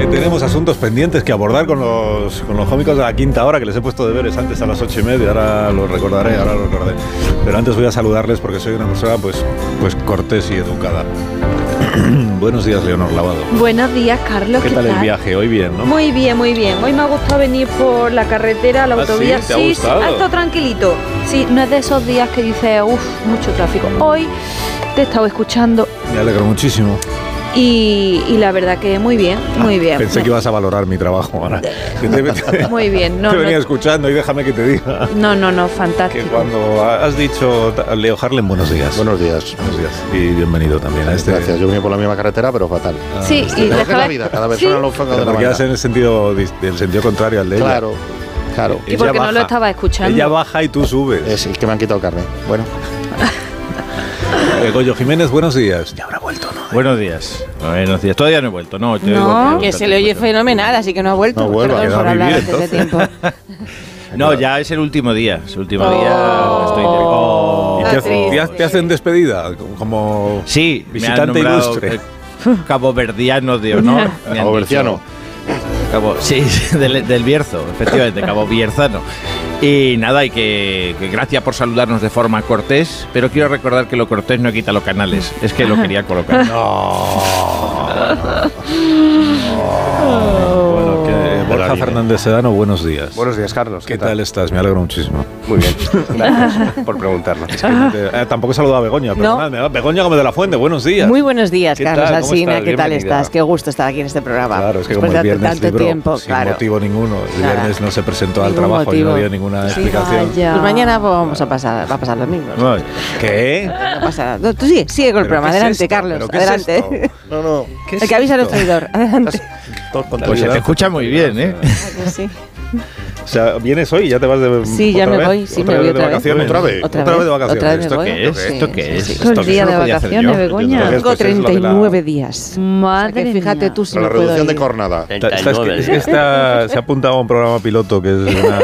Eh, asuntos pendientes que abordar con los, con los cómicos de la quinta hora, que les he puesto deberes antes a las ocho y media, ahora lo recordaré, ahora lo recordaré. Pero antes voy a saludarles porque soy una persona pues, pues cortés y educada. Buenos días, Leonor Lavado. Buenos días, Carlos. ¿Qué, tal, el viaje? Hoy bien, ¿no? Muy bien, muy bien. Hoy me ha gustado venir por la carretera, la ¿Ah, autovía. sí? ¿Te ha sí, gustado? ha estado tranquilito. Sí, no es de esos días que dices, uff, mucho tráfico. Mm. Hoy te he estado escuchando Me alegro muchísimo. y, y la verdad que muy bien, muy bien. Ah, Pensé que ibas a valorar mi trabajo ahora. Que te- te- Muy bien, no, te venía no, escuchando y déjame que te diga no, no, no, que fantástico. cuando has dicho ta- Leo Harlem, buenos días. Buenos días. Buenos días. Y bienvenido también a este. Gracias. Yo venía por la misma carretera, pero fatal. Sí, y Mejor que dejaba- la vida, cada Sí, persona lo enfoca de Pero una porque hace manera. en el sentido, dis- el sentido contrario al de ella. Claro, claro. Y porque Ella no lo baja. estaba escuchando. Ella baja y tú subes. Es el que me han quitado carne. Bueno, Eh, Goyo Jiménez, buenos días. Ya habrá vuelto, ¿no? Buenos días. Buenos días. Todavía no he vuelto, no. te No. oigo, Que pero- se le oye fenomenal, así que no ha vuelto. No vuelva, Perdón queda por a hablar vivir, antes de tiempo. No, ya es el último día. Es el último Oh. día. Estoy de- ¿Y Ah, te, hacen, triste. te ha- te hacen despedida? Como Sí, me han visitante nombrado, ilustre. eh, Caboverdiano de honor. me han dicho. Caboverciano. Cabo, sí, sí, del, del Bierzo, efectivamente, Cabo Bierzano. Y nada, y que, que gracias por saludarnos de forma cortés, pero quiero recordar que lo cortés no quita los canales. Es que lo quería colocar. Bueno, que eh, Borja Maravilla. Fernández Sedano, buenos días. Buenos días, Carlos. ¿Qué tal estás? Me alegro muchísimo. Muy bien. Gracias por preguntarnos. Eh, tampoco he saludado a Begoña, pero No. nada, Begoña Gómez de la Fuente, buenos días. Muy buenos días, ¿Qué Carlos tal? ¿Cómo Alsina. estás? ¿Qué tal Bienvenida. estás? Qué gusto estar aquí en este programa. Claro, es que Después como el de viernes tanto libró tiempo, sin claro. motivo ninguno. El Nada. viernes no se presentó al Ningún trabajo y motivo. no dio ninguna Sí, explicación. vaya. Pues mañana vamos a pasar, va a pasar lo mismo. No Ay, ¿Qué? pasa nada. No, Tú sigue, sigue con el ¿Pero programa. qué es Adelante, esto? Carlos. ¿Pero qué es Adelante. esto? no, no. ¿Qué es El que avisa a los esto? traidor. Adelante. Pues se te escucha muy bien, ¿eh? Sí. O sea, vienes hoy y ya te vas de Sí, ya otra me vez? voy, sí, me voy vez de otra vez. vacaciones. Otra vez. Otra vez de vacaciones. Otra vez me ¿Esto voy. qué ¿Qué es? Sí, ¿Esto qué sí, es? sí. ¿Esto Todo el qué día es? de Lo podía hacer vacaciones, yo. Lo que es, Begoña. Tengo pues, es lo de la- 39 días. O sea Madre que mía. fíjate tú si Para la me puedo reducción de ir. cornada. Esta- esta- esta- esta- se ha apuntado a un programa piloto que es una-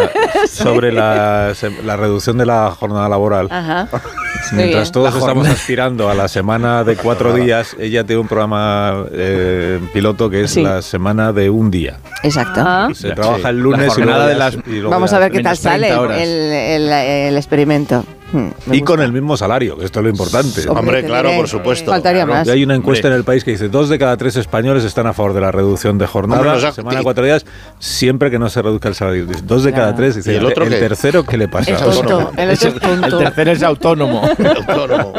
sobre la, se- la reducción de la jornada laboral. Ajá. Mientras Ah, bien. todos estamos aspirando a la semana de cuatro días, ella tiene un programa eh, piloto que es Sí. la semana de un día. Exacto. Ah, Se Sí. trabaja el lunes La y luego jornada de ya- las- y luego Vamos ya- a ver qué tal menos sale 30 el, horas. el- el experimento. Mm, me Y con gusta. el mismo salario, que esto es lo importante. Hombre, te claro, diré. por supuesto. Faltaría Claro. más. Ya hay una encuesta Hombre. en el país que dice dos de cada tres españoles están a favor de la reducción de jornada, Hombre, nos ha- semana cuatro días, siempre que no se reduzca el salario. Dice, Dos de Claro. cada tres. Dice, ¿Y el otro qué? tercero, ¿qué le pasa? Es tonto. El otro es El tonto. tercero es autónomo. Autónomo.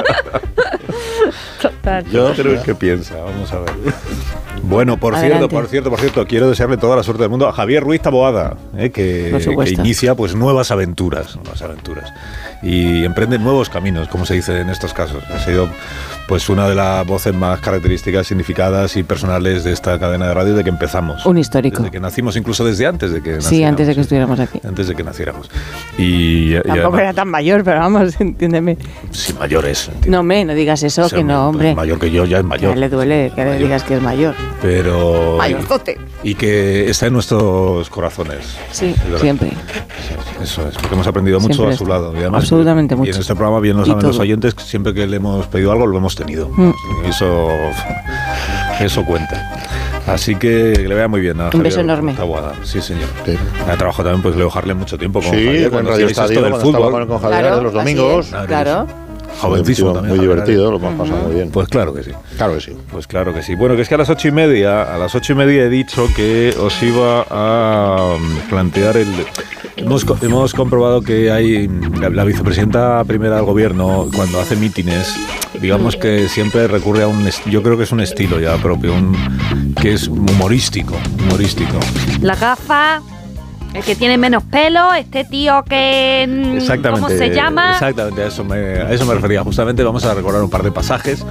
Yo creo que piensa, vamos a ver. Bueno, por Adelante. cierto, por cierto, por cierto, quiero desearle toda la suerte del mundo a Javier Ruiz Taboada, eh, que, Por supuesto. que inicia pues nuevas aventuras, nuevas aventuras y emprende nuevos caminos, como se dice en estos casos. Ha sido pues una de las voces más características, significadas y personales de esta cadena de radio de que empezamos. Un histórico. Desde que nacimos, incluso desde antes de que Sí, naciéramos, antes de que sí, estuviéramos aquí. antes de que naciéramos. Y, y Tampoco además, era tan mayor, pero vamos, entiéndeme. sí, mayores. No, me, no digas eso, que no, hombre. pues, Mayor que yo ya es Que mayor. le duele que le Mayor. digas que es mayor. Pero. Mayorzote. Y que está en nuestros corazones. Sí, Es verdad. siempre. Eso es, porque hemos aprendido Siempre mucho a está. su lado. Y además, Absolutamente y mucho. en este programa, bien lo Y saben los todo. Mm. oyentes, que siempre que le hemos pedido algo lo hemos tenido. Eso, eso cuenta. Así que que le vea muy bien. A Un beso Javier enorme. Taboada. Sí, señor. Sí. Ha trabajado también, pues Leo Harlem mucho tiempo con Sí, Javier, en cuando Radio hacíais Estadio, esto del cuando estaba fútbol. con el Javier Claro, los así domingos. es. Claro. Jovencísimo Muy, también, muy Javier. divertido, lo hemos pasado muy bien. Pues claro que sí. Claro que sí. Pues claro que sí. Bueno, que es que a las ocho y media, a las ocho y media he dicho que os iba a mm, plantear el. Hemos, co- hemos comprobado que hay mm, la, la vicepresidenta primera del gobierno cuando hace mítines, digamos que siempre recurre a un, es- yo creo que es un estilo ya propio, un- que es humorístico, humorístico. La gafa, el que tiene menos pelo, este tío que... mm, Exactamente. ¿Cómo se llama? Exactamente, a eso, me, a eso me refería. Justamente vamos a recordar un par de pasajes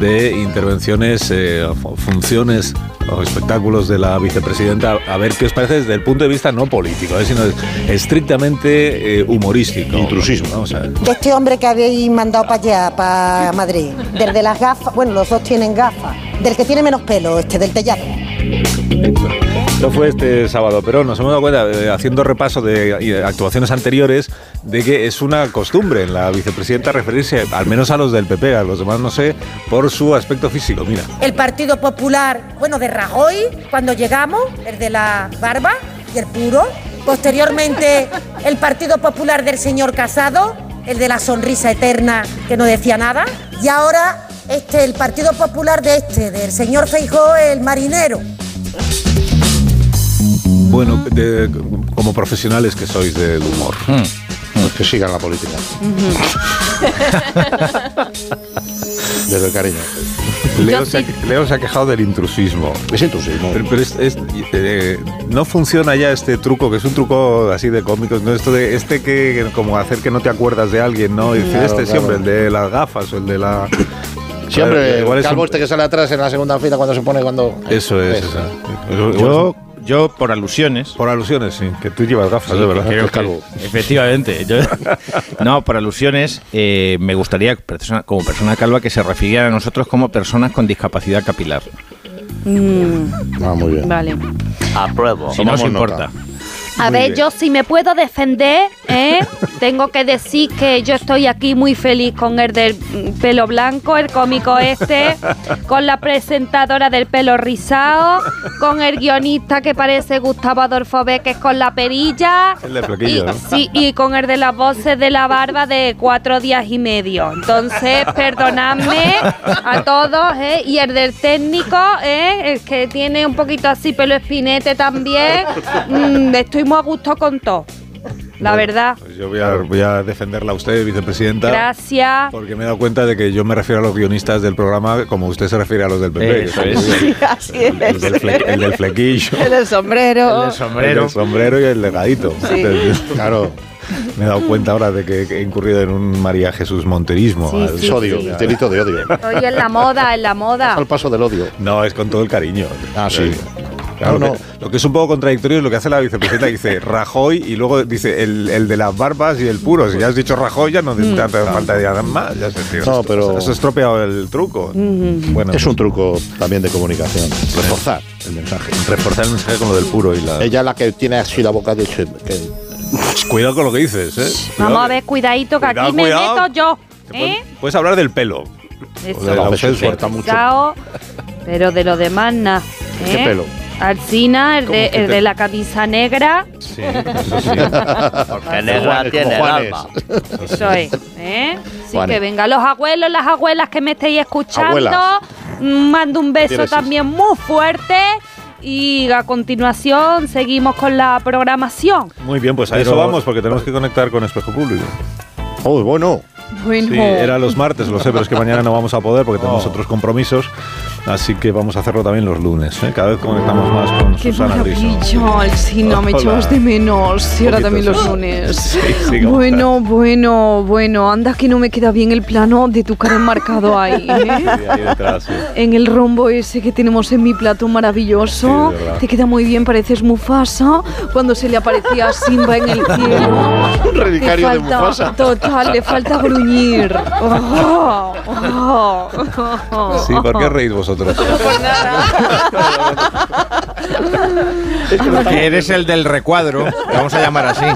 de intervenciones, eh, fu- funciones o espectáculos de la vicepresidenta. A ver qué os parece desde el punto de vista no político, eh, sino estrictamente eh, humorístico. Intrusismo. Vamos a ver. De este hombre que habéis mandado para allá, para Madrid. Desde las gafas, bueno, los dos tienen gafas. Del que tiene menos pelo, este, del tellado. Esto fue este sábado, pero nos hemos dado cuenta, eh, haciendo repaso de eh, actuaciones anteriores, de que es una costumbre en la vicepresidenta referirse, al menos a los del PP, a los demás no sé, por su aspecto físico. Mira, El Partido Popular, bueno, de Rajoy, cuando llegamos, el de la barba y el puro. Posteriormente, el Partido Popular del señor Casado, el de la sonrisa eterna que no decía nada. Y ahora, este, el Partido Popular de este, del señor Feijó, el marinero. bueno, de- como profesionales que sois del humor. Pues que sigan la política. Desde el cariño. Mm. Leo, se ha, Leo se ha quejado del intrusismo. Es entusiasmo. Pero, pero es- es- eh, no funciona ya este truco, que es un truco así de cómicos, ¿no? Esto de este que como hacer que no te acuerdas de alguien, ¿no? Y decir, Claro, este claro. siempre, el de las gafas o el de la... Siempre Claro, igual el es calvo un- este Pues. que sale atrás en la segunda fila cuando se pone cuando... Eso es, Eso. esa. Yo- Yo, yo por alusiones. por alusiones, sí, que tú llevas gafas, de verdad. creo Pues es calvo. que- efectivamente. yo- no, por alusiones, eh, me gustaría, persona- como persona calva, que se refiriera a nosotros como personas con discapacidad capilar. Mm, Ah, muy bien. Vale. Apruebo. Si no os Tomamos importa. A Muy ver, bien. yo si me puedo defender, ¿eh? tengo que decir que yo estoy aquí muy feliz con el del mm, pelo blanco, el cómico este, con la presentadora del pelo rizado, con el guionista que parece Gustavo Adolfo Beques con la perilla. El de flequillo, y, ¿no? Sí, y con el de las voces de la barba de cuatro días y medio. Entonces, perdonadme a todos, ¿eh? Y el del técnico, ¿eh? El que tiene un poquito así pelo espinete también. Mm, estoy muy a gusto con todo. La Bueno, verdad. pues yo voy a, voy a defenderla a usted, vicepresidenta. Gracias. Porque me he dado cuenta de que yo me refiero a los guionistas del programa como usted se refiere a los del PP. Eso que es. son- Sí, así El es. del, fle- el del flequillo, El del sombrero. el del sombrero y el legadito. Claro. Me he dado cuenta ahora de que he incurrido en un María Jesús Monterismo. Sí, al- Es odio, sí. el delito de odio. Es Estoy en la moda, en la moda. al paso del odio. No, es con todo el cariño. Ah, sí. Claro, No, lo, que, lo que es un poco contradictorio es lo que hace la vicepresidenta, que dice Rajoy y luego dice el, el de las barbas y el puro. Si ya has dicho Rajoy, ya no te Mm. te hace falta de nada más. Ya se, No, pero- Has estropeado el truco. Bueno, Es un truco también de comunicación. Reforzar el mensaje. reforzar el mensaje con lo del puro y la... Ella es la que tiene así la boca de... che- que- Cuidado con lo que dices, ¿eh? Vamos a Cuidado. ver, cuidadito, que Cuidado, aquí me cuidado. meto yo. Te ¿eh? puedes- Puedes hablar del pelo. Eso. de la No, eso ausencia. importa mucho. Cao, pero de lo demás nada. ¿eh? ¿Qué pelo? Alcina, el, ¿Cómo de, que el te- de la camisa negra, Sí, eso sí. Porque negra Juanes, tiene el como alma. Juanes. eso es. ¿eh? Así Vale. que venga, los abuelos, las abuelas que me estéis escuchando, Abuelas. mm, mando un beso Tienes también muy fuerte y a continuación seguimos con la programación. Muy bien, pues a Pero- eso vamos, porque tenemos que conectar con Espejo Público. Oh, bueno. Bueno. Sí, era los martes, lo sé, pero es que mañana no vamos a poder porque tenemos otros compromisos. Así que vamos a hacerlo también los lunes. ¿eh? Cada vez conectamos más con Qué Susana Griso. maravilloso, si no me Hola. echabas de menos, y ahora Poquito, también los sí. lunes. Sí, sí, como bueno, bueno, bueno, anda que no me queda bien el plano de tu cara enmarcado ahí. ¿eh? Sí, ahí detrás, sí. En el rombo ese que tenemos en mi plato maravilloso, Sí, de verdad. te queda muy bien, pareces Mufasa cuando se le aparecía a Simba en el cielo. Un relicario Le de falta- Mufasa. Total, le falta gruñir. Oh, oh, oh. Sí, ¿por qué reís vosotros? Que eres el del recuadro, te vamos a llamar así.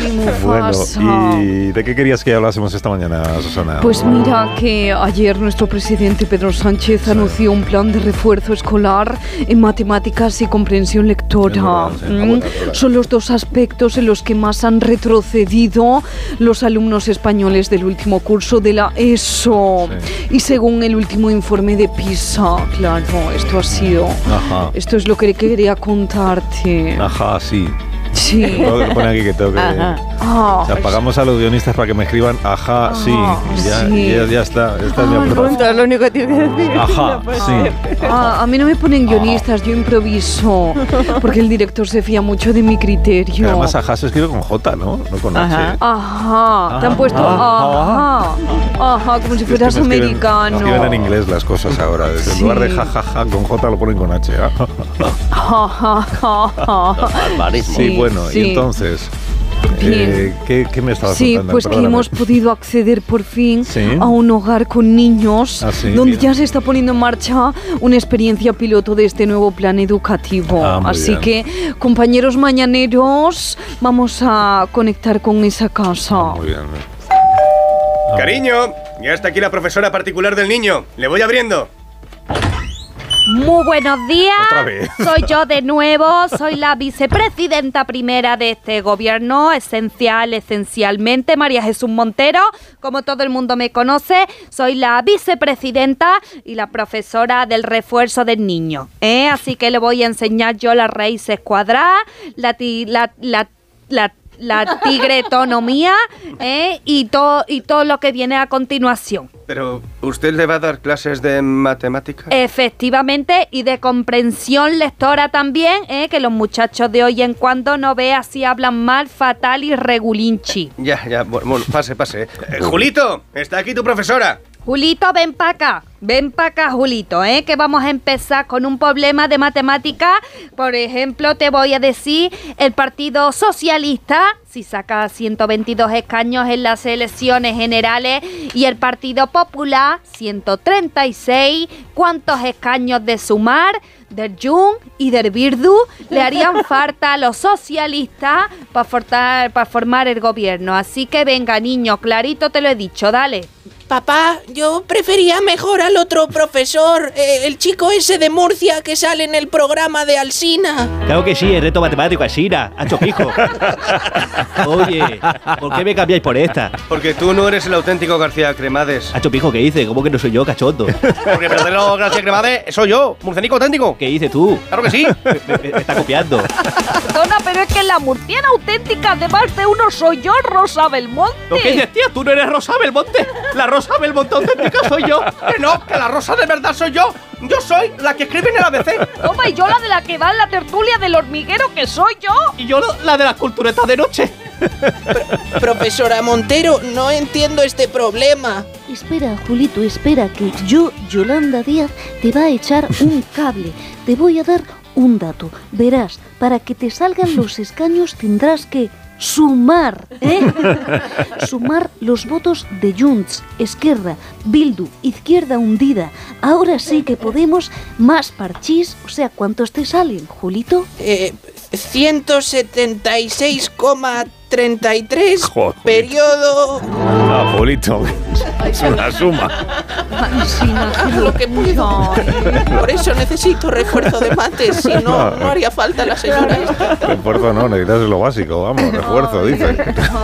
Sí, Bueno, Mufasa. ¿y de qué querías que hablásemos esta mañana, Susana? Pues mira que ayer nuestro presidente Pedro Sánchez anunció un plan de refuerzo escolar en matemáticas y comprensión lectora. Es verdad, sí. Mm, Ah, bueno, es verdad. Son los dos aspectos en los que más han retrocedido los alumnos españoles del último curso de la ESO. Y según el último informe de PISA, claro, esto ha sido... Ajá. Esto es lo que quería contarte. Ajá, sí. Sí. Tengo que poner aquí que tengo que... Ah, O sea, pagamos a los guionistas para que me escriban, ajá, sí, y ya, Oh, sí. Ah, y ya, ya está, esta es mi aportación. lo único que tiene que decir. Ajá, sí. Ah, a mí no me ponen guionistas, yo improviso, porque el director se fía mucho de mi Que criterio. Además, ajá se escribe con J, ¿no? No con Ajá. H. Ajá, te han puesto Ah. ajá, ajá, como si Es que fueras me escriben- americano. me Escriben en inglés las cosas ahora. desde En Sí. lugar de jajaja con J lo ponen con H. ¿ah? Ajá, ajá, ajá. Barbarismo. Sí, bueno, sí. y entonces. Bien. Eh, ¿qué, qué me estabas Sí, contando? pues que Perdóname. hemos podido acceder por fin Sí. a un hogar con niños, Ah, sí, donde mira. ya se está poniendo en marcha una experiencia piloto de este nuevo plan educativo. Ah, muy Así bien. que, compañeros mañaneros, vamos a conectar con esa casa. Ah, Muy bien. Cariño, ya está aquí la profesora particular del niño. Le voy abriendo. Muy buenos días. Otra vez. Soy yo de nuevo, soy la vicepresidenta primera de este gobierno, esencial, esencialmente, María Jesús Montero. Como todo el mundo me conoce, soy la vicepresidenta y la profesora del refuerzo del niño. ¿eh? Así que le voy a enseñar yo las raíces cuadradas, la, ti- la, la, la la tigretonomía ¿eh? y, todo, y todo lo que viene a continuación. Pero, ¿usted le va a dar clases de matemáticas? Eh. Efectivamente, y de comprensión lectora también, ¿eh? que los muchachos de hoy en cuando no vean si hablan mal, fatal y regulinchi. Ya, ya, bu- bueno, pase, pase. Eh, Julito, está aquí tu profesora. Julito, ven para acá. Ven para acá, Julito, ¿eh? que vamos a empezar con un problema de matemática. Por ejemplo, te voy a decir, el Partido Socialista, si saca 122 escaños en las elecciones generales, y el Partido Popular, 136, ¿cuántos escaños de sumar? Del Jung y del Virdu le harían falta a los socialistas para formar el gobierno. Así que venga, niño, clarito te lo he dicho, dale. Papá, yo prefería mejor al otro profesor, eh, el chico ese de Murcia que sale en el programa de Alsina. Claro que sí, el reto matemático es Sina, hacho fijo. Oye, ¿por qué me cambiáis por esta? Porque tú no eres el auténtico García Cremades. Hacho pijo, ¿qué dices? ¿Cómo que no soy yo, cachondo? Porque el verdadero García Cremades soy yo, murcenico auténtico. ¿Qué dices tú? Claro que sí. Me, me- me está copiando. Perdona, pero es que la murciana auténtica, además de uno, soy yo, Rosa Belmonte. tío? ¿Tú no eres Rosa Belmonte? La Rosa Belmonte auténtica soy yo. Que no, que la rosa de verdad soy yo. Yo soy la que escribe en el ABC. Toma, y yo la de la que va en la tertulia del hormiguero, que soy yo. Y yo la de las culturetas de noche. Profesora Montero, no entiendo este problema. Espera, Julito, espera, que yo, Yolanda Díaz, te va a echar un cable. Te voy a dar un dato. Verás, para que te salgan los escaños tendrás que sumar, ¿eh? sumar los votos de Junts, Esquerra, Bildu, Izquierda Hundida. Ahora sí que podemos más parchís, o sea, ¿cuántos te salen, Julito? Eh, 176,33 Joder. periodo Ah, Polito. Es una suma. lo que puedo. Por eso necesito refuerzo de mates, si no, no haría falta la señora esta. Refuerzo no, necesitas lo básico, vamos, refuerzo, dice.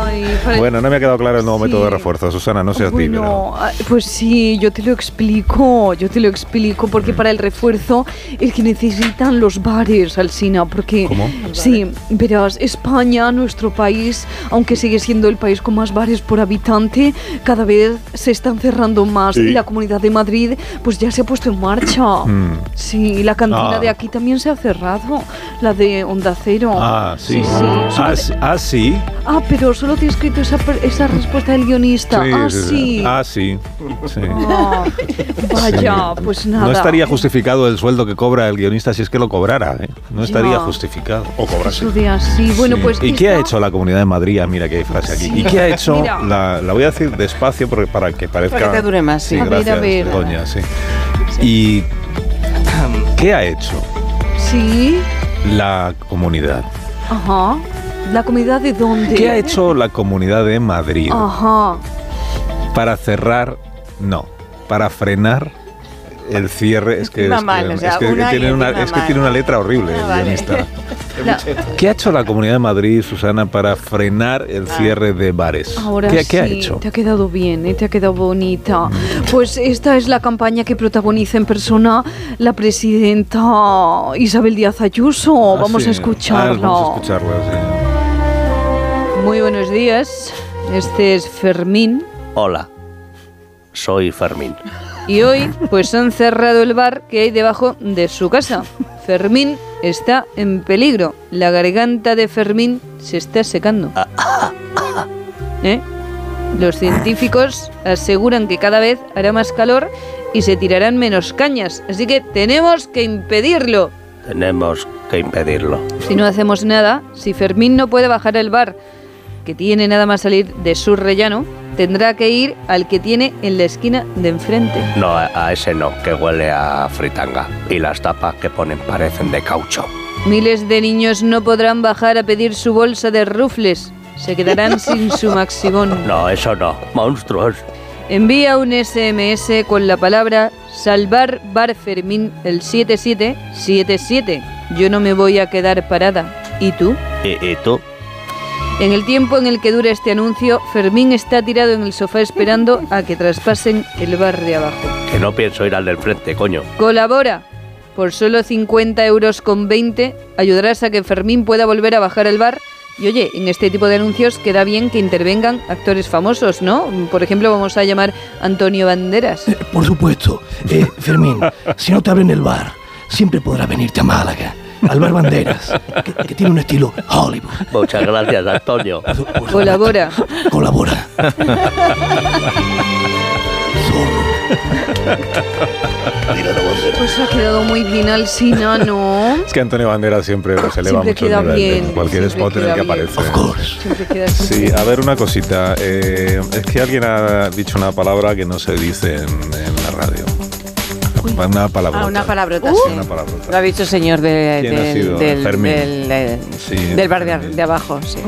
Ay, Fran- Bueno, no me ha quedado claro el nuevo Ah, Sí. método de refuerzo, Susana, no seas ti, pero... Bueno, ah, pues sí, yo te lo explico, yo te lo explico, porque para el refuerzo es que necesitan los bares, Alsina, porque... ¿Cómo? Sí, verás, España, nuestro país, aunque sigue siendo el país con más bares por habitante, cada vez se están cerrando más y la Comunidad de Madrid pues ya se ha puesto en marcha. Mm. Sí, y la cantina Ah. de aquí también se ha cerrado, la de Onda Cero. Ah, sí. Sí, sí. Solo Ah, te- sí. Ah, sí. Ah, pero solo te he escrito esa, per- esa respuesta del guionista. Sí, ah, sí, sí. Ah, sí. Sí. Ah, vaya, Sí. pues nada. No estaría justificado el sueldo que cobra el guionista si es que lo cobrara, ¿eh? No estaría Ya. justificado. O cobrase. Eso de así. Bueno, Sí. pues. ¿Y qué ha quizá- hecho la Comunidad de Madrid? Ah, Mira que hay frase aquí. Sí. ¿Y qué ha hecho? Mira. La, la voy a decir despacio porque- para que parezca... Para que te dure más, sí. Sí, A ver, gracias, a ver. Begoña, sí. ¿Y qué ha hecho Sí, la comunidad? ajá. ¿La comida de dónde? ¿Qué ha hecho la Comunidad de Madrid Ah. Ajá. para cerrar, no, para frenar el cierre? Es que, Encima es que- mal, o sea, es que una y tiene, una, encima es que mal. tiene una letra horrible Ah, el vale. guionista. La- ¿Qué ha hecho la Comunidad de Madrid, Susana, para frenar el cierre de bares? Ahora ¿Qué, sí, qué ha hecho? Mm. te ha quedado bien, ¿eh? te ha quedado bonita. Pues esta es la campaña que protagoniza en persona la presidenta Isabel Díaz Ah, sí. Ayuso. vamos a Ah, vamos a escucharlo. escucharla, Muy buenos días. Este es Fermín. Hola, soy Fermín. Y hoy, pues han cerrado el bar que hay debajo de su casa. Fermín está en peligro. La garganta de Fermín se está secando. ¿Eh? Los científicos aseguran que cada vez hará más calor y se tirarán menos cañas. Así que tenemos que impedirlo. Tenemos que impedirlo. Si no hacemos nada, si Fermín no puede bajar el bar, que tiene nada más salir de su rellano tendrá que ir al que tiene en la esquina de enfrente. No, a- a ese no, que huele a fritanga. Y las tapas que ponen parecen de caucho. Miles de niños no podrán bajar a pedir su bolsa de rufles. Se quedarán sin su maximón. No, eso no. Monstruos. Envía un SMS con la palabra Salvar Bar Fermín el 7777. Yo no me voy a quedar parada. ¿Y tú? ¿Y, y tú? En el tiempo en el que dura este anuncio, Fermín está tirado en el sofá esperando a que traspasen el bar de abajo. Que no pienso ir al del frente, coño. Colabora. Por solo 50 euros con 20 ayudarás a que Fermín pueda volver a bajar el bar. Y oye, en este tipo de anuncios queda bien que intervengan actores famosos, ¿no? Por ejemplo, vamos a llamar Antonio Banderas. Por supuesto, eh, Fermín, si no te abren el bar, siempre podrás venirte a Málaga, al bar Banderas, que, que tiene un estilo Hollywood. Muchas gracias, Antonio. pues Colabora. Colabora. Pues ha quedado muy bien al Sina, ¿no? Es que Antonio Banderas siempre se Siempre eleva mucho queda el nivel ¿eh? bien, en cualquier siempre spot en el que queda bien. aparece. Siempre queda Sí, a ver una cosita. eh, es que alguien ha dicho una palabra que no se dice en, en la radio. Una palabra. Ah, una palabrota, Sí, sí. una palabra. Lo ha dicho el señor de- ¿Quién ha del- sido? del, Fermín. del, eh, Sí, del bar de, de abajo. Sí.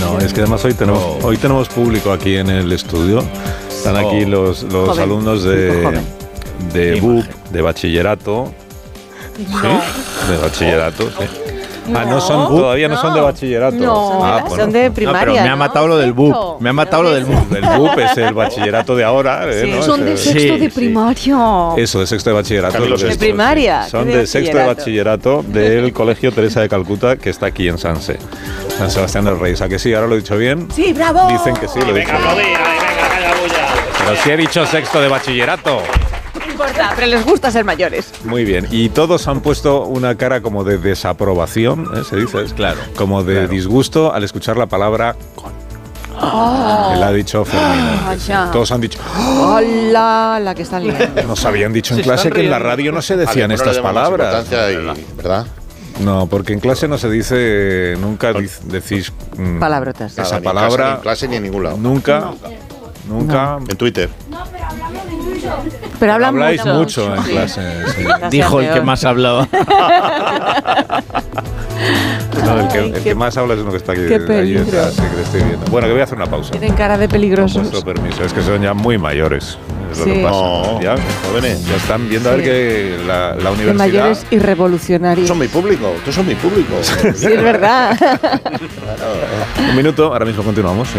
No, es que además hoy tenemos, hoy tenemos público aquí en el estudio. Están aquí los, los Oh. Joven, alumnos de, de BUP, de bachillerato. ¿Sí? De bachillerato, sí. Ah, no son, todavía no, son de bachillerato. No, Ah, son de primaria, pero me ha ¿no? matado lo del BUP. Me ha matado lo del BUP. El BUP es el bachillerato de ahora. ¿eh? ¿no? Son de Es el- sexto Sí, de primaria. Eso, de sexto de bachillerato. Camilo Los Sesto, estos, De primaria, sí. Son qué de de sexto de bachillerato del Colegio Teresa de Calcuta, que está aquí en Sanse. San Sebastián del Rey. ¿A que sí? ¿Ahora lo he dicho bien? Sí, bravo. Dicen que sí, lo he dicho bien. Pero sí he dicho sexto de bachillerato. No importa, pero les gusta ser mayores. Muy bien. Y todos han puesto una cara como de desaprobación, ¿eh? se dice. Claro. Como de disgusto al escuchar la palabra Ah. que le ha dicho Fermín. Vaya. Todos han dicho, "Ah, Hola, la que está liando. nos habían dicho en Se están clase que en la riendo. radio no se Alguien decían no le estas daba más palabras. importancia y- ¿Verdad? No, porque en clase no se dice, nunca dic- decís mm, Palabrotas. Esa Nada, ni en palabra. clase, ni en clase ni en ningún lado. Nunca, nunca. En Twitter. Pero hablan Habláis mucho. mucho, en Sí. clase. sí. Gracias, Dijo el que Leo. más hablaba. No, el que, el que más habla es uno que está aquí. qué ahí peligro. detrás, sí, que le estoy viendo. Bueno, que voy a hacer una pausa. Tienen cara de peligrosos. Vuestro permiso, es que son ya muy mayores. Es lo Sí. que pasa. No. Ya, jóvenes, ya están viendo a ver Sí. que la, la De universidad. mayores y revolucionarios. mi público, tú son mi público. Sí, es verdad. Un minuto, ahora mismo continuamos. sí.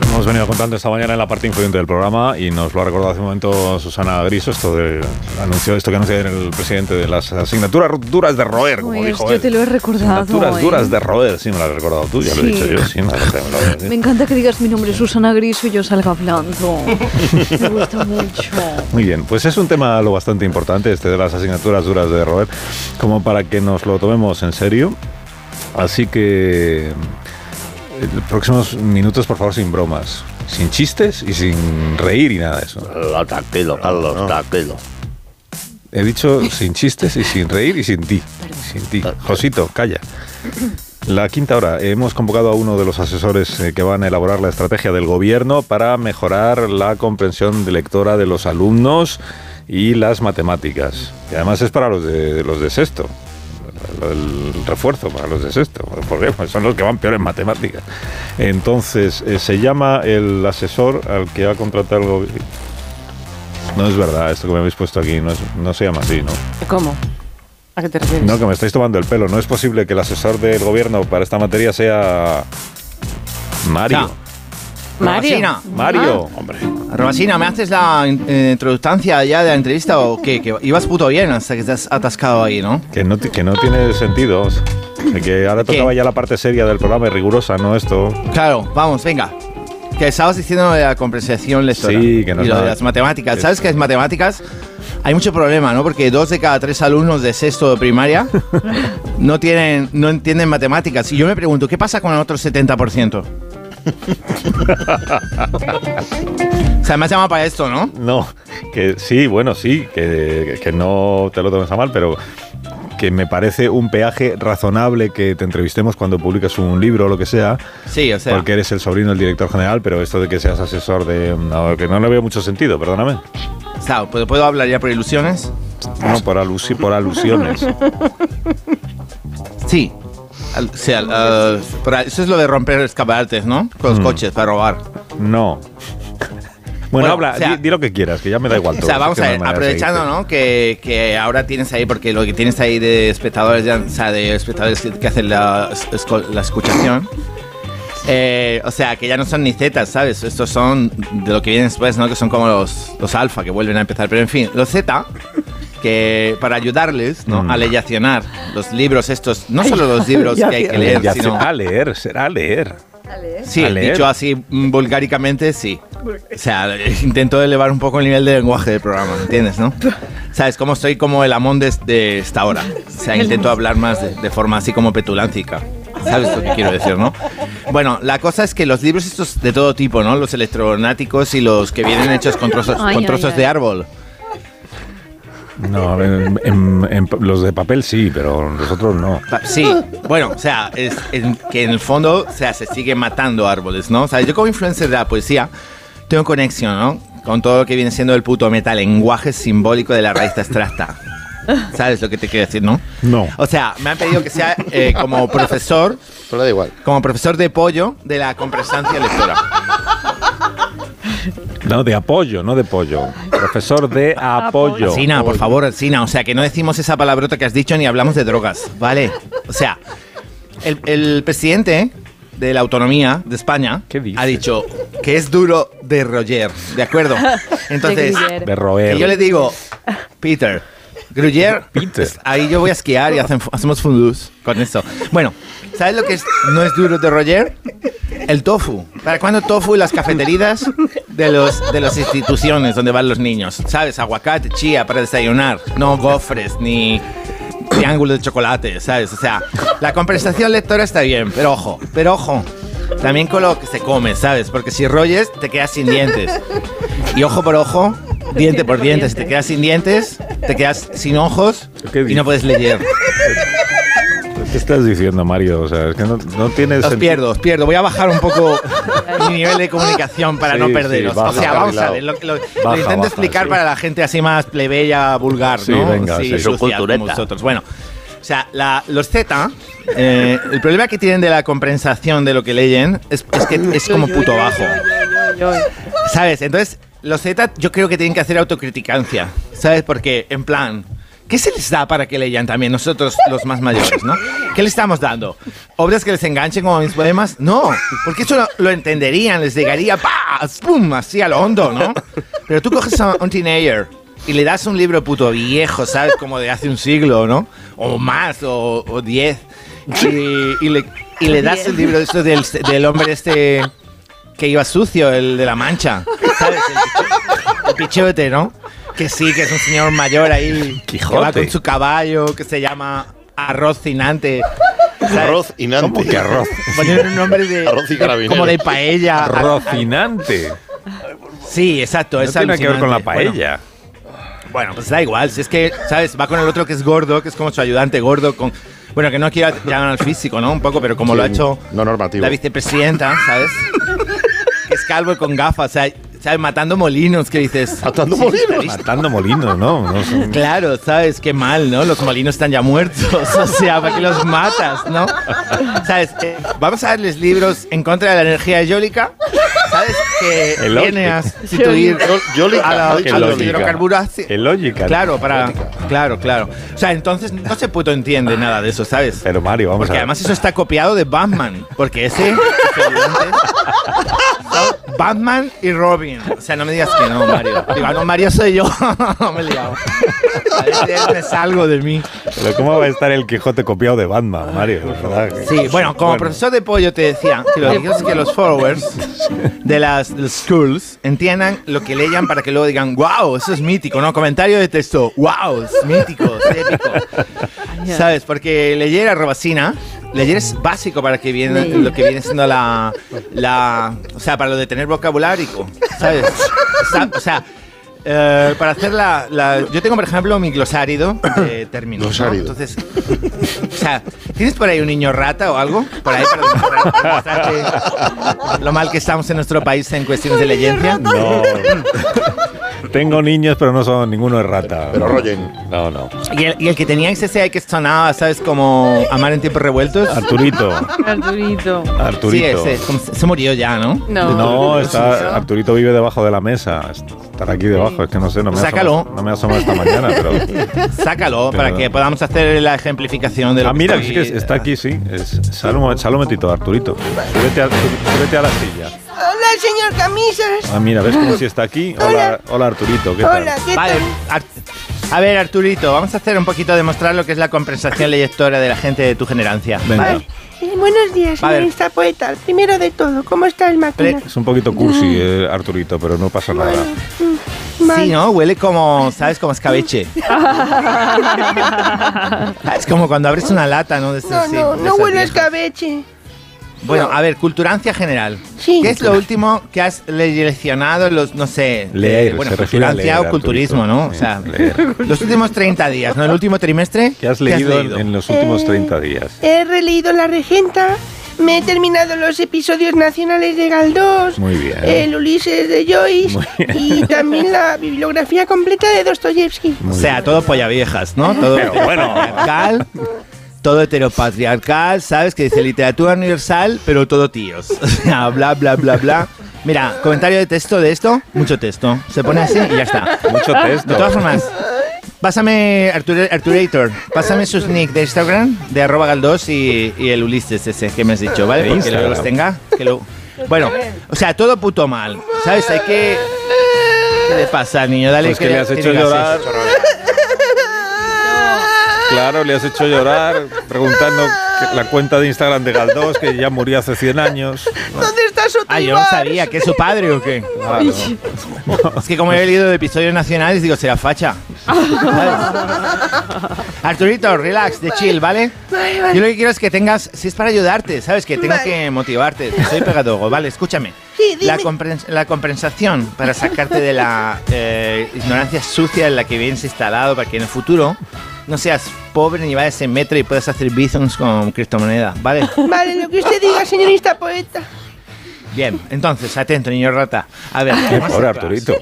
Lo hemos venido contando esta mañana en la parte influyente del programa y nos lo ha recordado hace un momento Susana Griso, esto de anunció esto que anunció el presidente de las asignaturas ru- duras de roer, como Pues dijo yo te él. lo he recordado. Asignaturas ¿eh? duras de roer, sí me lo has recordado tú, ya lo he Sí. dicho yo, sí, me lo has recordado, sí. Me encanta que digas mi nombre es Susana Griso y yo salga hablando. Me gusta mucho. Muy bien, pues es un tema lo bastante importante, este de las asignaturas duras de Robert, como para que nos lo tomemos en serio. Así que eh, próximos minutos, por favor, sin bromas, sin chistes y sin reír y nada de eso. tranquilo, Carlos, tranquilo. He dicho sin chistes y sin reír y sin ti. Sin ti. Josito, calla. La quinta hora. Hemos convocado a uno de los asesores eh, que van a elaborar la estrategia del gobierno para mejorar la comprensión de lectora de los alumnos y las matemáticas. Y además es para los de, los de sexto. Lo del refuerzo para los de sexto, porque son los que van peor en matemáticas. Entonces, eh, se llama el asesor al que ha contratado el gobierno. No es verdad, esto que me habéis puesto aquí no, es- no se llama así, ¿no? ¿Cómo? ¿A qué te refieres? No, que me estáis tomando el pelo. No es posible que el asesor del gobierno para esta materia sea Mario. Mario. Arrobasina. Mario. Hombre. Arrobasina, ¿me haces la eh, introductancia ya de la entrevista o qué? Que ibas puto bien hasta que estás atascado ahí, ¿no? Que no, ti- que no tiene sentido. O sea que ahora ¿Qué? tocaba ya la parte seria del programa y rigurosa, ¿no? Esto. Claro, vamos, venga. Que estabas diciendo lo de la compensación lectora. Sí, que no Y lo sabe. de las matemáticas. ¿Sabes qué es matemáticas? Hay mucho problema, ¿no? Porque dos de cada tres alumnos de sexto de primaria no, tienen, no entienden matemáticas. Y yo me pregunto, ¿qué pasa con el otro 70%? o sea, me has llamado para esto, ¿no? No, que sí, bueno, sí, que, que no te lo tomes a mal, pero que me parece un peaje razonable que te entrevistemos cuando publicas un libro o lo que sea. Sí, o sea. Porque eres el sobrino del director general, pero esto de que seas asesor de... no, que no le veo mucho sentido, perdóname. Claro, ¿puedo, puedo hablar ya por ilusiones? No, por, alusi- por alusiones. Sí. Al- o sea, al- para- eso es lo de romper escaparates, ¿no? Con los Mm. coches para robar. No. Bueno, Bueno, habla, o sea- di, di lo que quieras, que ya me da igual todo. O sea, vamos Es que a no ver, me da aprovechando, seguirte. ¿no? Que, que ahora tienes ahí, porque lo que tienes ahí de espectadores, ya- o sea, de espectadores que, que hacen la, esco- la escuchación. eh, o sea, que ya no son ni zetas, ¿sabes? Estos son de lo que viene después, ¿no? Que son como los, los alfa que vuelven a empezar. Pero en fin, los Z, que para ayudarles, Mm. ¿no? A leyacionar los libros estos, no solo los libros que hay que leer, Ya Ah, sino. será leer, será leer. Sí, A leer. dicho así mm, vulgáricamente, sí. O sea, intento elevar un poco el nivel de lenguaje del programa, ¿entiendes, no? ¿Sabes cómo estoy como el amón de, de esta hora? O sea, intento hablar más de, de forma así como petulántica. ¿Sabes lo que quiero decir, no? Bueno, la cosa es que los libros estos de todo tipo, ¿no? Los electronáticos y los que vienen hechos con trozos, Ay, con ay, trozos ay. de árbol. No, en- en- en- los de papel sí, pero nosotros no. Pa- Sí, bueno, o sea, es, en- que en el fondo o sea, se sigue matando árboles, ¿no? O sea, yo como influencer de la poesía tengo conexión, ¿no? Con todo lo que viene siendo el puto meta, lenguaje simbólico de la raíz abstracta. ¿Sabes lo que te quiero decir, no? No. O sea, me han pedido que sea eh, como profesor. Pero da igual. Como profesor de pollo de la compresancia lectora. No, de apoyo, no de pollo. Profesor de apoyo. Sina, por favor, Sina. O sea, que no decimos esa palabrota que has dicho ni hablamos de drogas, ¿vale? O sea, el, el presidente de la autonomía de España ha dicho que es duro de roger, ¿de acuerdo? Entonces, De Gruyère. De roer. que yo le digo, Peter, Gruyère, es- ahí yo voy a esquiar y hacen- hacemos fundus con eso. Bueno, ¿sabes lo que es- no es duro de roger? El tofu. ¿Para cuándo tofu y las cafeterías de los de las instituciones donde van los niños? ¿Sabes? Aguacate, chía para desayunar. No gofres ni triángulos de chocolate, ¿sabes? O sea, la compensación lectora está bien, pero ojo, pero ojo. También con lo que se come, ¿sabes? Porque si rolles, te quedas sin dientes. Y ojo por ojo, diente por diente. Si te quedas sin dientes, te quedas sin ojos y no puedes leer. ¿Qué estás diciendo, Mario? O sea, es que no, no tienes. Os pierdo, os pierdo. Voy a bajar un poco mi nivel de comunicación para Sí, no sí, perderos. baja, o sea, vamos Gabilao. a ver, lo, lo- lo Baja, intento baja, explicar sí. para la gente así más plebeya, vulgar, Sí, ¿no? venga, sí. sucia, Su cultureta. como vosotros. Bueno, o sea, la- los Z, eh, el problema que tienen de la compensación de lo que leyen es, es que es como puto bajo. ¿Sabes? Entonces, los Z yo creo que tienen que hacer autocriticancia, ¿sabes? Porque, en plan, ¿qué se les da para que lean también nosotros, los más mayores, no? ¿Qué les estamos dando? ¿Obras que les enganchen como mis poemas? No, porque eso lo, lo entenderían, les llegaría, ¡pah! ¡pum! Así a lo hondo, ¿no? Pero tú coges a un teenager y le das un libro puto viejo, ¿sabes? Como de hace un siglo, ¿no? O más, o, o diez. Y, y le, y le das el libro de estos del, del hombre este que iba sucio, el de la mancha. ¿Sabes? El, pichote, ¿no? Que sí, que es un señor mayor ahí. Que va Quijote. con su caballo, que se llama Arroz Cinante. Arroz inante. ¿Cómo que arroz? Poner un nombre de. Arroz y de- carabinero. como de paella. Rocinante. Sí, exacto. No es tiene nada que ver con la alucinante. Bueno, paella. bueno, pues da igual. Si es que, ¿sabes? Va con el otro que es gordo, que es como su ayudante gordo. con Bueno, que no quiero llamar al físico, ¿no? Un poco, pero como lo ha Sí, hecho No normativo. la vicepresidenta, ¿sabes? que es calvo y con gafas, o sea, ¿sabes? Matando molinos, que dices? Matando molinos. Matando molinos, ¿no? No sé. Claro, ¿sabes? Qué mal, ¿no? Los molinos están ya muertos, o sea, ¿para qué los matas, no? ¿Sabes? Eh, vamos a darles libros en contra de la energía eólica, ¿sabes? Que El viene óptica. a sustituir a, la- a los hidrocarburos. Es lógica. Claro, para. Claro, claro. O sea, entonces no se puto entiende nada de eso, ¿sabes? Pero Mario, vamos Porque a ver. además eso está copiado de Batman. Porque ese. sus ayudantes son Batman y Robin. O sea, no me digas que no, Mario. Digo, "Ah, no, Mario soy yo. me he liado. A veces me salgo de mí. Pero ¿cómo va a estar el Quijote copiado de Batman, Mario? ¿Verdad? Sí, bueno, como profesor de pollo te decía que lo que quiero es que los followers de las de los schools entiendan lo que leyan para que luego digan, wow, eso es mítico, ¿no? Comentario de texto, wow, es mítico, es épico. ¿Sabes? Porque leyer arrobacina, leyer es básico para que viene, Sí. lo que viene siendo la, la. O sea, para lo de tener vocabulario, ¿sabes? Sa- O sea. eh, para hacer la, la- Yo tengo, por ejemplo, mi glosárido de términos. ¿no? Glosárido. Entonces, o sea, ¿tienes por ahí un niño rata o algo? Por ahí para demostrarte lo mal que estamos en nuestro país en cuestiones de leyencia. No. Tengo niños, pero no son ninguno es rata. Pero rollen. No, no. Y el, y el que teníais ese ahí que sonaba, ¿sabes? Como amar en tiempos revueltos. Arturito. Arturito. Arturito. Sí, ese. como se- Se murió ya, ¿no? No. No, está, Arturito vive debajo de la mesa. Estará aquí debajo, es que no sé, no me Sácalo. asomo- no me asomo esta mañana, pero. Sácalo Pero- para que podamos hacer la ejemplificación de lo Ah, que mira, estoy- sí que está aquí, sí. Es, sal, un, sal un momentito, Arturito. Súbete a, súbete a la silla. Hola, señor Camisas. Ah, mira, ves como si está aquí. Hola, hola Arturito, ¿qué tal? Hola, ¿qué Vale, Ar- a ver, Arturito, vamos a hacer un poquito demostrar lo que es la compensación lectora de la gente de tu generancia. ¿vale? Eh, buenos días, A ver. señorita poeta. Primero de todo, ¿cómo está el máquina? Es un poquito cursi, eh, Arturito, pero no pasa nada. Sí, ¿no? Huele como, ¿sabes? Como escabeche. Es como cuando abres una lata, ¿no? De esas- No, sí, no, de no esas huele a viejas. escabeche. Bueno, a ver, culturancia general. Sí. ¿Qué es lo último que has leccionado en los, no sé, eh, Leer, bueno, se refiere a culturancia leer, o culturismo, Arturito. ¿no? O Sí, sea, leer. los últimos 30 días, ¿no? El último trimestre. ¿Qué has ¿qué has leído, en- leído? en los últimos Eh, 30 días? He releído La Regenta, me he terminado los episodios nacionales de Galdós, Muy bien. el Ulises de Joyce y también la bibliografía completa de Dostoyevsky. O sea, todo polla viejas, ¿no? Todo Pero bueno. heteropatriarcal, todo heteropatriarcal, ¿sabes? Que dice literatura universal, pero todo tíos. O sea, bla, bla, bla, bla. Mira, comentario de texto de esto, mucho texto. Se pone así y ya está. Mucho texto. De todas formas, pásame, Artur- Arturator, pásame sus nick de Instagram, de arroba galdós y, y el Ulises ese que me has dicho, ¿vale? De Porque luego Instagram. los tenga, que lo... Bueno, o sea, todo puto mal, ¿sabes? Hay que... ¿Qué le pasa, niño? Dale Pues que le has hecho digas llorar. eso. Claro, le has hecho llorar preguntando que- la cuenta de Instagram de Galdós, que ya murió hace 100 años. ¿Dónde está su Ah, yo no sabía que es su padre o qué. Claro. Es que como he leído de episodios nacionales, digo, será facha. Arturito, relax, de chill, ¿vale? Yo lo que quiero es que tengas, si es para ayudarte, ¿sabes? Que tengo que motivarte. Soy pedagogo, ¿vale? Escúchame. La, compren- la compensación para sacarte de la eh, ignorancia sucia en la que vienes instalado para que en el futuro no seas pobre ni vayas en metro y puedas hacer bizons con criptomoneda, ¿vale? Vale, lo que usted diga, señorita poeta. Bien, entonces, atento, niño rata. A ver, Qué masterclass. pobre Arturito.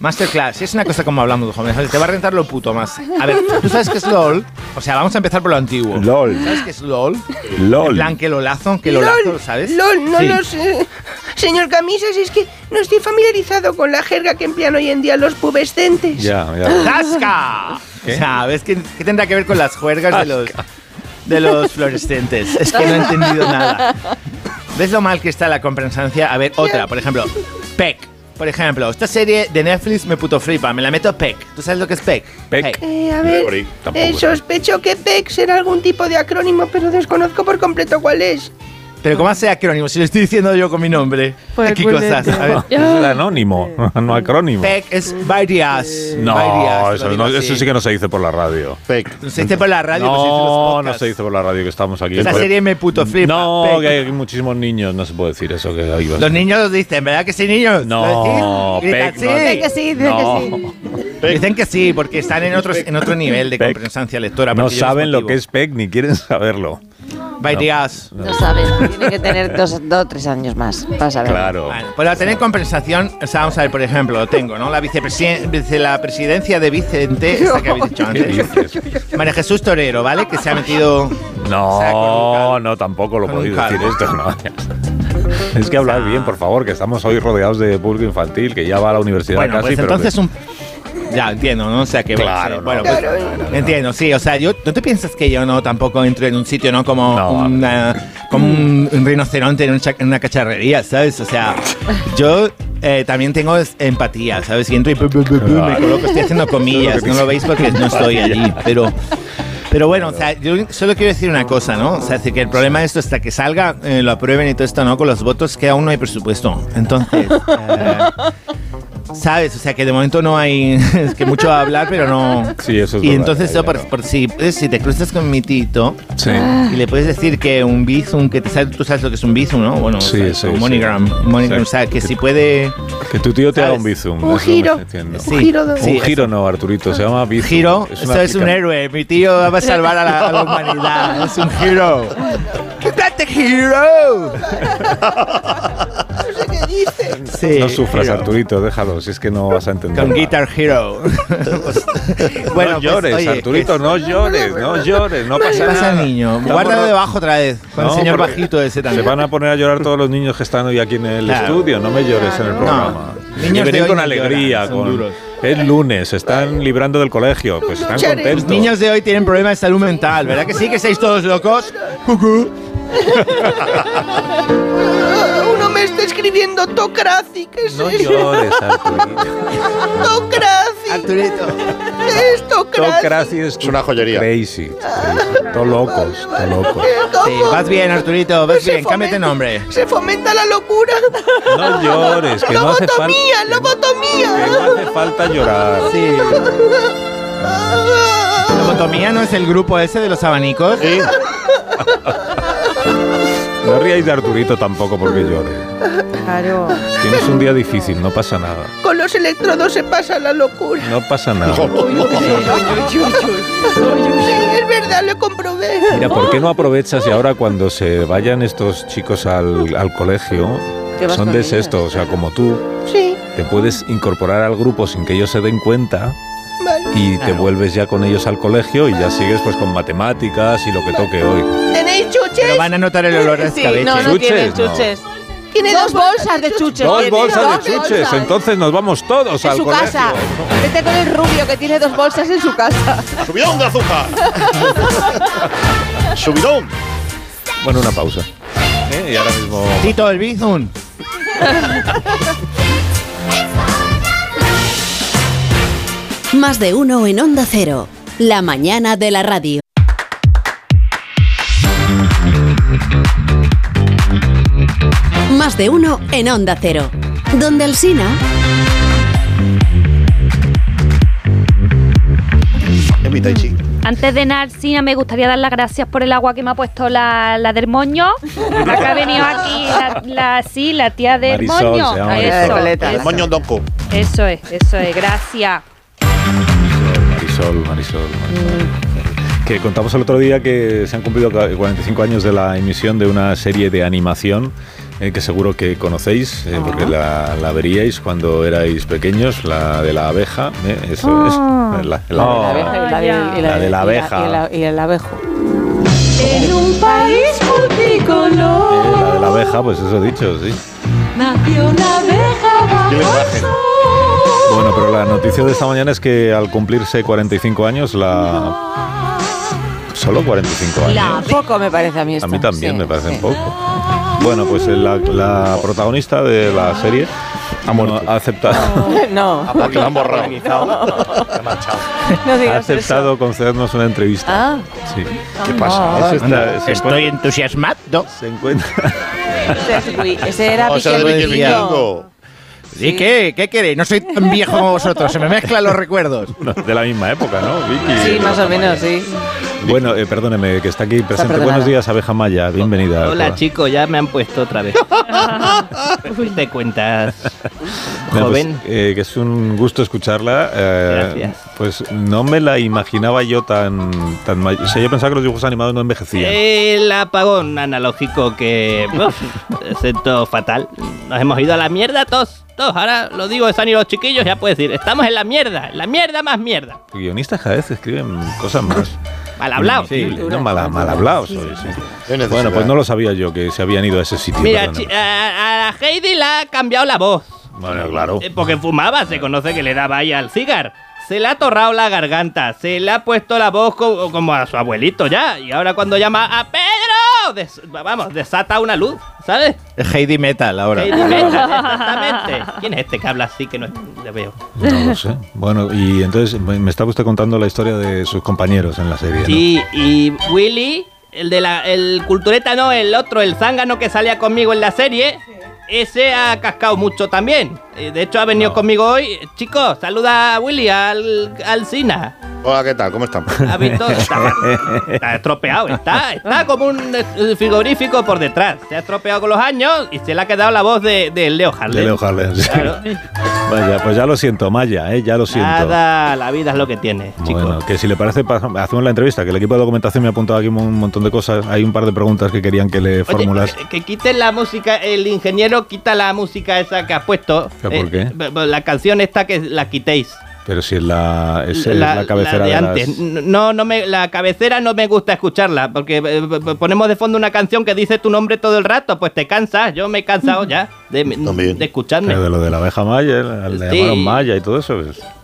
Masterclass, es una cosa como hablamos de jóvenes, te va a rentar lo puto más. A ver, ¿tú sabes qué es LOL? O sea, vamos a empezar por lo antiguo. LOL. ¿Sabes qué es LOL? LOL. En plan, que lo lazo, que lo lazo, ¿sabes? LOL, no Sí. lo sé. Señor Camisas, es que no estoy familiarizado con la jerga que emplean hoy en día los pubescentes. Ya, ya. ¡Tasca! O sea, ¿ves qué, qué tendrá que ver con las juergas de los, de los fluorescentes? Es que no he entendido nada. ¿Ves lo mal que está la compensancia? A ver, otra, por ejemplo, PEC. Por ejemplo, esta serie de Netflix me puto flipa, me la meto PEC. ¿Tú sabes lo que es PEC? PEC. Eh, a ver, pues. eh, sospecho que PEC será algún tipo de acrónimo, pero desconozco por completo cuál es. Pero ¿cómo hace acrónimo? Si lo estoy diciendo yo con mi nombre. Pues, Aquí pues, cosas. eh, A ver. Es el anónimo, no acrónimo. PEC es varias. No, eso, no, eso sí que no se dice por la radio. Se dice este por la radio, pero se dice en los No, no podcasts. se dice por la radio que estamos aquí. Esa serie me puto flipa. No, Pec. que hay muchísimos niños, no se puede decir eso que ahí vas. Los niños los dicen, ¿verdad que sí, niños? No, ¿Lo dicen? Pec, no. Gritan, sí. Dicen que sí, dicen que sí. Dicen que sí, porque están en, otros, en otro nivel de comprensancia lectora. No porque yo los saben lo motivo. que es PEC ni quieren saberlo. Varias. No sabes, tiene que tener dos o tres años más para saber. Claro. Vale, para tener pues compensación, o sea, vamos a ver, por ejemplo, lo tengo, ¿no? La, vicepresiden- vice- la presidencia de Vicente, esa que habéis dicho antes. María Jesús Torero, ¿vale? Que se ha metido No, no, tampoco lo Con un podéis calvo. decir esto, no. Es que hablad bien, por favor, que estamos hoy rodeados de público infantil, que ya va a la universidad Bueno, casi, pues pero que- entonces un, Ya, entiendo, ¿no? O sea, que Claro, sí, no, bueno, pues, claro, entiendo, sí, o sea, yo, ¿no te piensas que yo no tampoco entro en un sitio, ¿no? Como, una- como un, un rinoceronte en, un cha- en una cacharrería, ¿sabes? O sea, yo eh, también tengo es- empatía, ¿sabes? Y entro y pu- pu- pu- pu- me Claro. coloco, estoy haciendo Eso comillas, es lo que no te- lo veis porque no estoy allí, pero... Pero bueno, o sea, yo solo quiero decir una cosa, ¿no? O sea, que el problema de esto hasta que salga, eh, lo aprueben y todo esto, ¿no? Con los votos que aún no hay presupuesto. Entonces, eh, ¿Sabes? O sea, que de momento no hay. Es que mucho va a hablar, pero no. Sí, eso es Y verdad, entonces, ya, yo, por, por si, eh, si te cruzas con mi tito y le puedes decir que un bizum, que te sabe, tú sabes lo que es un bizum, ¿no? Bueno, Sí, o sea, sí, un sí. Moneygram. un Moneygram, Exacto. o sea, que si puede. Que tu tío te haga un bizum. es lo Un que giro. entiendo. Sí. Un giro de- Sí, Un giro no, Arturito, se llama bizum. Giro, Es una esto es un aplica- héroe. Mi tío va a salvar a la, a la humanidad. Es un giro. ¡You're not the hero! Sí, no sufras, giro. Arturito, déjalo, si es que no vas a entender. Con Guitar Hero. pues, no llores, oye, pues, Arturito, no llores, no llores, no pasa pasa, nada. niño? Estamos Guárdalo ro- debajo otra vez, con el No, señor porque bajito ese Se también. van a poner a llorar todos los niños que están hoy aquí en el Claro. estudio, no me llores en el programa. Niños Y de venir hoy con no alegría, lloran, son con- duros. es lunes, se están librando del colegio, pues están Los contentos. niños de hoy tienen problemas de salud mental, ¿verdad que sí? Que estáis todos locos. Cucú. Uno me está escribiendo Tocracy, ¿qué es No eso? llores, Arturito. Tocracy. Arturito. ¿Qué es Todo Tocracy? crazy es una joyería. Crazy. Ah. Todos locos, todos locos. Sí, vas bien, Arturito, vas bien. Cámbiate nombre. Se fomenta la locura. No llores, que no hace falta. Lobotomía, Que lobotomía. no hace falta llorar. Sí. Lobotomía no es el grupo ese de los abanicos. Sí. No ríais de Arturito tampoco porque llore. Claro. Tienes un día difícil, no pasa nada. Con los electrodos se pasa la locura. No pasa nada. Sí, es verdad, lo comprobé. Mira, ¿por qué no aprovechas y ahora cuando se vayan estos chicos al, al colegio, Te vas son con de ellos. sexto, o sea, como tú, Sí, te puedes incorporar al grupo sin que ellos se den cuenta vale. y te vuelves ya con ellos al colegio y ya sigues pues con matemáticas y lo que toque hoy. ¿Tenéis chuches? Pero van a notar el olor a escabeche. Tiene Dos bolsas de chuches. Dos tiene, bolsas dos de chuches, bolsas. entonces nos vamos todos En al su colegio. casa. Vete con el rubio que tiene dos bolsas en su casa. ¡Subidón de azúcar! ¡Subidón! Bueno, una pausa. ¿Eh? Y ahora mismo. Tito, el bizum. Más de uno en Onda Cero. La mañana de la radio. Más de uno en Onda Cero. Donde Alsina. Es mi tai chi. Antes de nada, Sina, me gustaría dar las gracias por el agua que me ha puesto la, la del moño. La que ha venido aquí, la, la- sí, la tía del moño. Eso, El moño donco. eso es, eso es, gracias. Marisol, Marisol, Marisol. Que contamos el otro día que se han cumplido ca- 45 años de la emisión de una serie de animación eh, que seguro que conocéis, eh, porque la, la veríais cuando erais pequeños, la de la abeja. eh, eso es. eh, Ah. La, la- Oh. La abeja y la del- y La de la y abeja. Y, la- y el abejo. En un país multicolor eh, la de la abeja, pues eso he dicho, sí. nació una abeja Bueno, pero la noticia de esta mañana es que al cumplirse 45 años, la. Solo 45 años. Un poco me parece a mí esto. A mí también sí. me parece un poco. Bueno, pues la, la protagonista de la serie ha muerto. Ha aceptado, Ah. No. Ah, La han borrado. No ha digas eso. aceptado concedernos una entrevista. Ah. Sí. ¿Qué pasa? Eso está- Anda, se Estoy entusiasmado. Se encuentra. Ese, es Luis- ese era O sea, Piqué Luis Vikingo. Vikingo. ¿Y qué? ¿Qué queréis? No soy tan viejo como vosotros. Se me mezclan los recuerdos. No, de la misma época, ¿no? Vicky. eh, Sí, más o menos, sí. Bueno, eh, perdóneme, que está aquí presente. perdonada. Buenos días, Abeja Maya. Bienvenida. Hola chicos, ya me han puesto otra vez. Uy, te cuentas, Bueno, pues, joven. eh, que es un gusto escucharla. eh, Gracias. Pues no me la imaginaba yo tan, tan may- O sea, yo pensaba que los dibujos animados no envejecían. El apagón analógico que uf, siento fatal. Nos hemos ido a la mierda todos, todos. Ahora lo digo, están y los chiquillos, ya puedes decir, estamos en la mierda, la mierda más mierda. Guionistas cada vez escriben cosas más. Mal hablados. Sí, no, mal, mal hablados. oye, sí. Bueno, pues no lo sabía yo que se habían ido a ese sitio. Mira, perdóname. chi- a, a la Heidi le ha cambiado la voz. Bueno, claro. Eh, Porque fumaba, se conoce que le daba ahí al cigar. se le ha torrado la garganta, se le ha puesto la voz co- como a su abuelito ya. Y ahora cuando llama a Pedro, des- vamos, desata una luz, ¿sabes? Es Heidi Metal ahora. Heidi Metal, exactamente. ¿Quién es este que habla así que no le veo? No lo sé. Bueno, y entonces me me estaba usted contando la historia de sus compañeros en la serie. ¿no? Sí, y Willy, el de la el cultureta no, el otro, el zángano que salía conmigo en la serie, ese ha cascado mucho también. Eh, De hecho ha venido conmigo hoy. Chicos, saluda a Willy, al, al Sina. Hola, ¿qué tal? ¿Cómo estamos? Ha visto, está, está estropeado, está, está como un eh, frigorífico por detrás. Se ha estropeado con los años y se le ha quedado la voz de, de Leo Harlem. De Leo Harlem, sí. Claro. Vaya, pues ya lo siento, Maya, ¿eh? ya lo siento. Nada, la vida es lo que tiene. Bueno, que si le parece, pa- hacemos la entrevista, que el equipo de documentación me ha apuntado aquí un montón de cosas. Hay un par de preguntas que querían que le formulas. eh, Que quiten la música, el ingeniero quita la música esa que has puesto. Eh, ¿Pero por qué? b- b- la canción esta que la quitéis. Pero si es la, es es la cabecera la de de, las- antes. No, no me, la cabecera no me gusta escucharla, porque eh, b- b- ponemos de fondo una canción que dice tu nombre todo el rato, pues te cansas, yo me he cansado ya de, de escucharme. Pero de lo de la abeja Maya, la- le Sí. llamaron Maya y todo eso.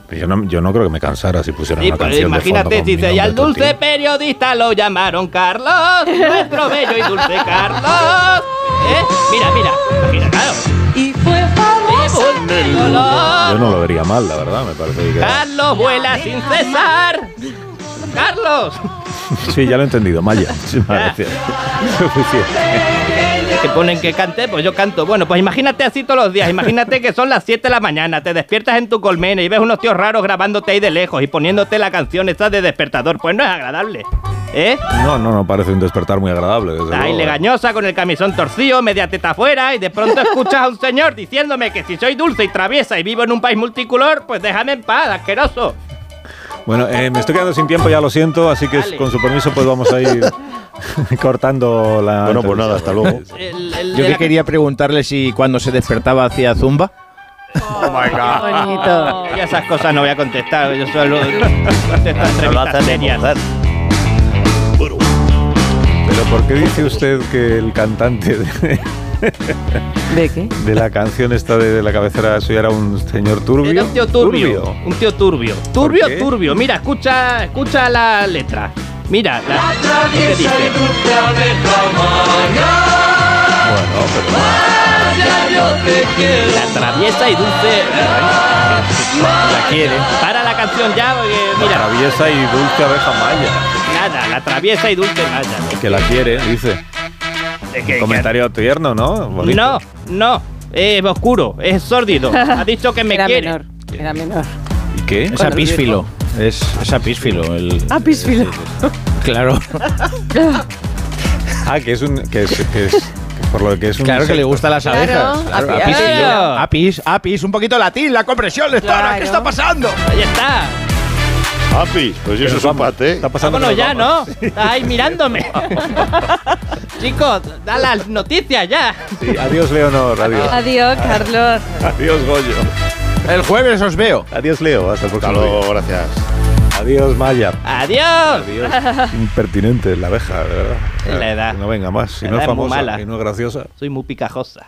pues, Yo no, yo no creo que me cansara si pusieran Sí, una pues, canción de imagínate, fondo con mi dice, y nombre al todo el dulce periodista lo llamaron Carlos, nuestro bello y dulce Carlos. ¿Eh? Mira, mira, mira, claro. Y fue famoso en el color. tiempo. Yo no lo vería mal, la verdad, me parece que... Carlos vuela sin cesar. Carlos. Sí, ya lo he entendido, Maya. Sí, Ah. gracias. Suficiente. Que ponen que cante, pues yo canto. Bueno, pues imagínate así todos los días. Imagínate que son las 7 de la mañana, te despiertas en tu colmena y ves unos tíos raros grabándote ahí de lejos y poniéndote la canción esa de despertador. Pues no es agradable. ¿Eh? No, no, no parece un despertar muy agradable. desde Está ahí luego. eh. eh. legañosa con el camisón torcido, media teta afuera y de pronto escuchas a un señor diciéndome que si soy dulce y traviesa y vivo en un país multicolor, pues déjame en paz, asqueroso. Bueno, eh, me estoy quedando sin tiempo, ya lo siento, así que con su permiso pues vamos a ir cortando la... Bueno, pues nada, entrevista. hasta luego. Yo que quería preguntarle si cuando se despertaba hacía zumba. Oh my God. Bonito. Yo esas cosas no voy a contestar. Yo solo contesto entrevistas serias. Pero ¿por qué dice usted que el cantante de, ¿De qué? de la canción esta de, de la cabecera suya era un señor turbio? Era un tío turbio, Un tío turbio. Turbio, turbio. Mira, escucha, escucha la letra. Mira, la, ¿qué te dice? Bueno, pero... La traviesa y dulce. La quiere. Para la canción ya, porque mira. Traviesa y dulce abeja maya. Nada, la traviesa y dulce maya. Que la quiere, dice. Es que- Comentario tierno, ¿no? Bonito. No, no. Es oscuro, es sórdido. Ha dicho que me Era quiere. menor, era menor. ¿Y qué? Es Cuando apísfilo. Es, es apísfilo. El, Ah, pisfilo. claro. Ah, que es un... Que es, que es- por lo que es un Claro que insecto. le gustan las Claro, abejas. Claro, api- apis, Claro. apis, apis, un poquito latín, la compresión lectora, ¿qué está pasando? Ahí está. Api, pues eso es un pate. Está Vámonos ya, ¿no? Está ahí mirándome. Chicos, da las noticias ya. Sí, adiós, Leonor, adiós. Adiós, Carlos. Adiós, Goyo. El jueves os veo. Adiós, Leo. Hasta el próximo. Hasta luego, día. gracias. Adiós, Maya. Adiós. Impertinente la abeja, de verdad. Es la edad. No venga más. Si La no es edad es muy famosa, mala. si no es graciosa. Soy muy picajosa.